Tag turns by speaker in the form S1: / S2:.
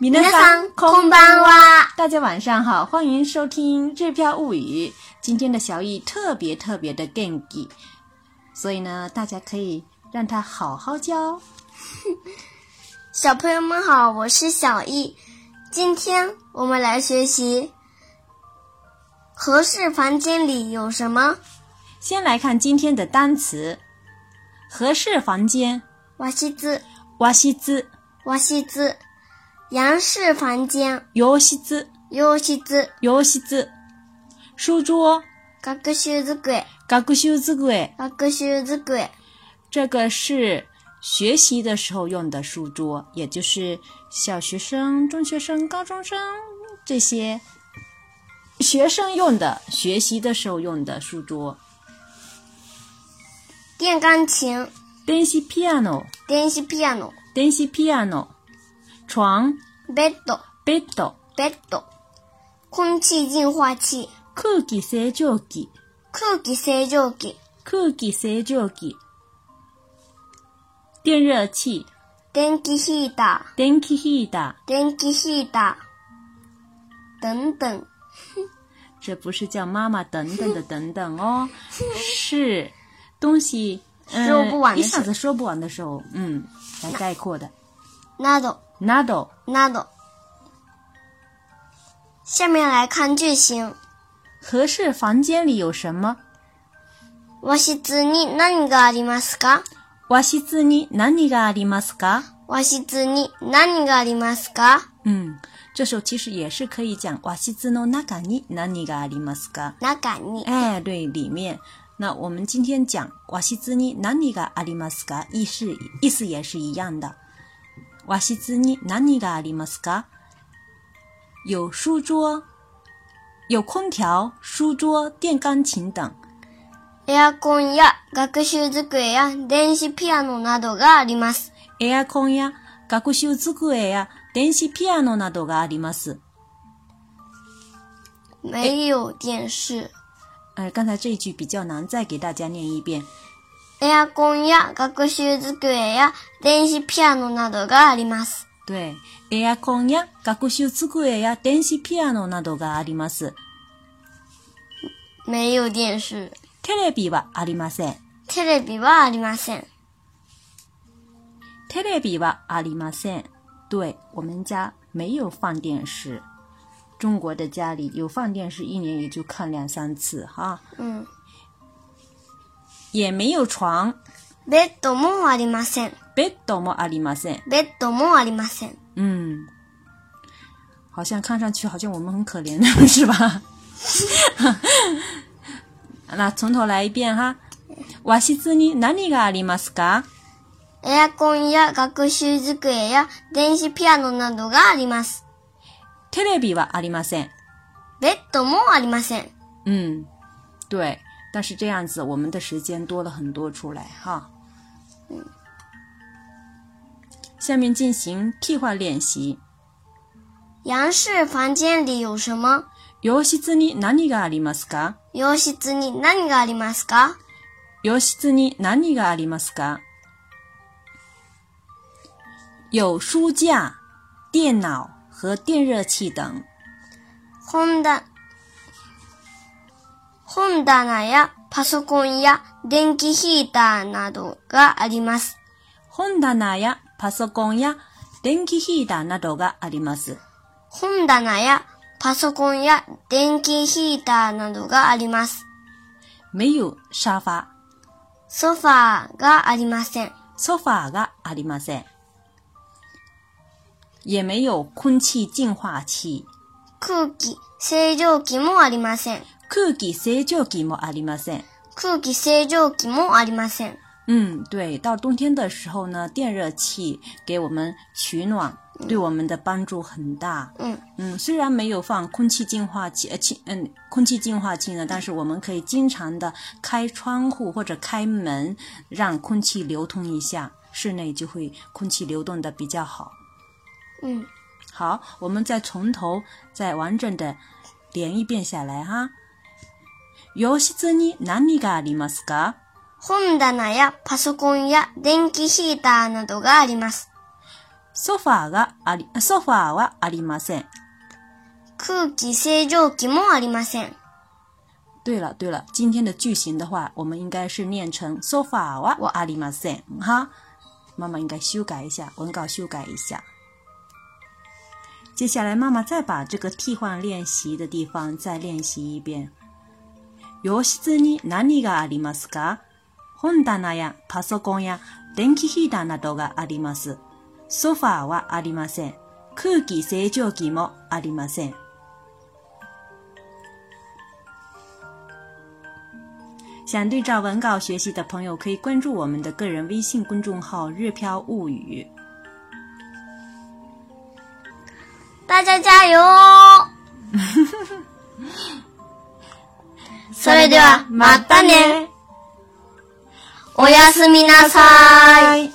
S1: 皆さん
S2: こんばんは。
S1: 大家晚上好，欢迎收听《日飘物语》。今天的小易特别特别的 g a n g 所以呢，大家可以让他好好教。哦
S2: 小朋友们好，我是小易。今天我们来学习合适房间里有什么。
S1: 先来看今天的单词：合适房间、
S2: 和室、
S1: 和室、
S2: 和室、洋式房间、
S1: 洋室、
S2: 洋室、
S1: 洋室、书桌、
S2: 学習机、
S1: 学習机。
S2: 学習机、
S1: 这个是学习的时候用的书桌，也就是小学生、中学生、高中生这些学生用的、学习的时候用的书桌。
S2: 电钢琴、
S1: 電子ピアノ、
S2: 電子ピアノ、
S1: 電子ピアノ。床、
S2: ベッド、
S1: ベッド、
S2: ベッド、空气净化器、
S1: 空気清浄機、
S2: 空気清浄機、
S1: 空気清浄機。电热器、
S2: 電気ヒータ
S1: 電気ヒータ
S2: ー、電気ヒーター、等等。
S1: ー，这不是叫妈妈等等的等等哦，是东西，嗯、
S2: 说不完的
S1: 一
S2: 事
S1: 下子说不完的时候，嗯，来概括的。
S2: など、
S1: など、
S2: など。下面来看句型。
S1: 合适房间里有什么？
S2: 和室に何がありますか
S1: 和室に何がありますか？
S2: 和室に何がありますか
S1: 嗯，这时候其实也是可以讲和室の中に何がありますか？
S2: 中に。
S1: 哎，对，里面。那我们今天讲瓦西兹尼南尼嘎阿里马斯嘎，意思意思也是一样的。瓦西兹尼南尼嘎阿里马斯嘎，有书桌，有空调、书桌、电钢琴等。
S2: エアコンや学習机や電子ピアノなどがあります。
S1: エアコンや学習机や電子ピアノなどがあります。
S2: 没有电视。
S1: 呃，刚才这一句比较难，再给大家念一遍。
S2: エアコンや学習机や電子ピアノなどがあります。
S1: 对，エアコンや学習机や電子ピアノなどがあります。
S2: 没有电视。
S1: テレビはありません。
S2: テレビはありません。
S1: テレビはありません。对我们家没有放电视。中国的家里有放电视，一年也就看两三次哈。
S2: うん。
S1: 也没有床，
S2: ベッドもありません。
S1: ベッドもありません。
S2: ベッドもありません。
S1: 嗯，好像看上去好像我们很可怜， 是吧？那从头来一遍哈。和室に何がありますか？
S2: エアコンや学習机や電子ピアノなどがあります。
S1: テレビはありません。
S2: ベッドもありません。
S1: 嗯，对，但是这样子我们的时间多了很多出来哈。嗯下面进行替换练习。
S2: 洋式房间里有什么
S1: 洋室に何がありますか？
S2: 洋室に何がありますか
S1: 洋室に何がありますか？有书架、电脑和电热器等。
S2: 本棚。本棚やパソコンや電気ヒーターなどがあります。
S1: 本棚やパソコンや電気ヒーターなどがあります。
S2: 本棚やパソコンや電気ヒーターなどがあります。
S1: 没有沙发、
S2: ソファーがありません。
S1: ソファーがありません。也没有空气净化器、
S2: 空気、清浄機もありません。
S1: 空気清浄機もありません。
S2: 空気清浄機もありません。
S1: 嗯，对，到冬天的时候呢，电热器给我们取暖，对我们的帮助很大。
S2: うん。
S1: 嗯，虽然没有放空气净化器，呃，气，嗯，空气净化器呢，但是我们可以经常的开窗户或者开门，让空气流通一下，室内就会空气流动的比较好。
S2: うん。
S1: 好，我们再从头再完整的连一遍下来哈。洋室に何がありますか？
S2: 本棚やパソコンや電気ヒーターなどがあります。
S1: ソファーがあり、ソファーはありません。
S2: 空気清浄機もありません。
S1: 对了对了，今天的句型的话，我们应该是念成 sofa 哇阿里马森哈，妈妈应该修改一下，文稿修改一下。接下来，妈妈再把这个替换练习的地方再练习一遍。洋室に何がありますか？本棚やパソコンや電気ヒーターなどがあります。ソファーはありません。空気清浄機もありません。想对照文稿学习的朋友，可以关注我们的个人微信公众号“日飘物语
S2: 大家加油哦！”。それではまたね。おやすみなさい。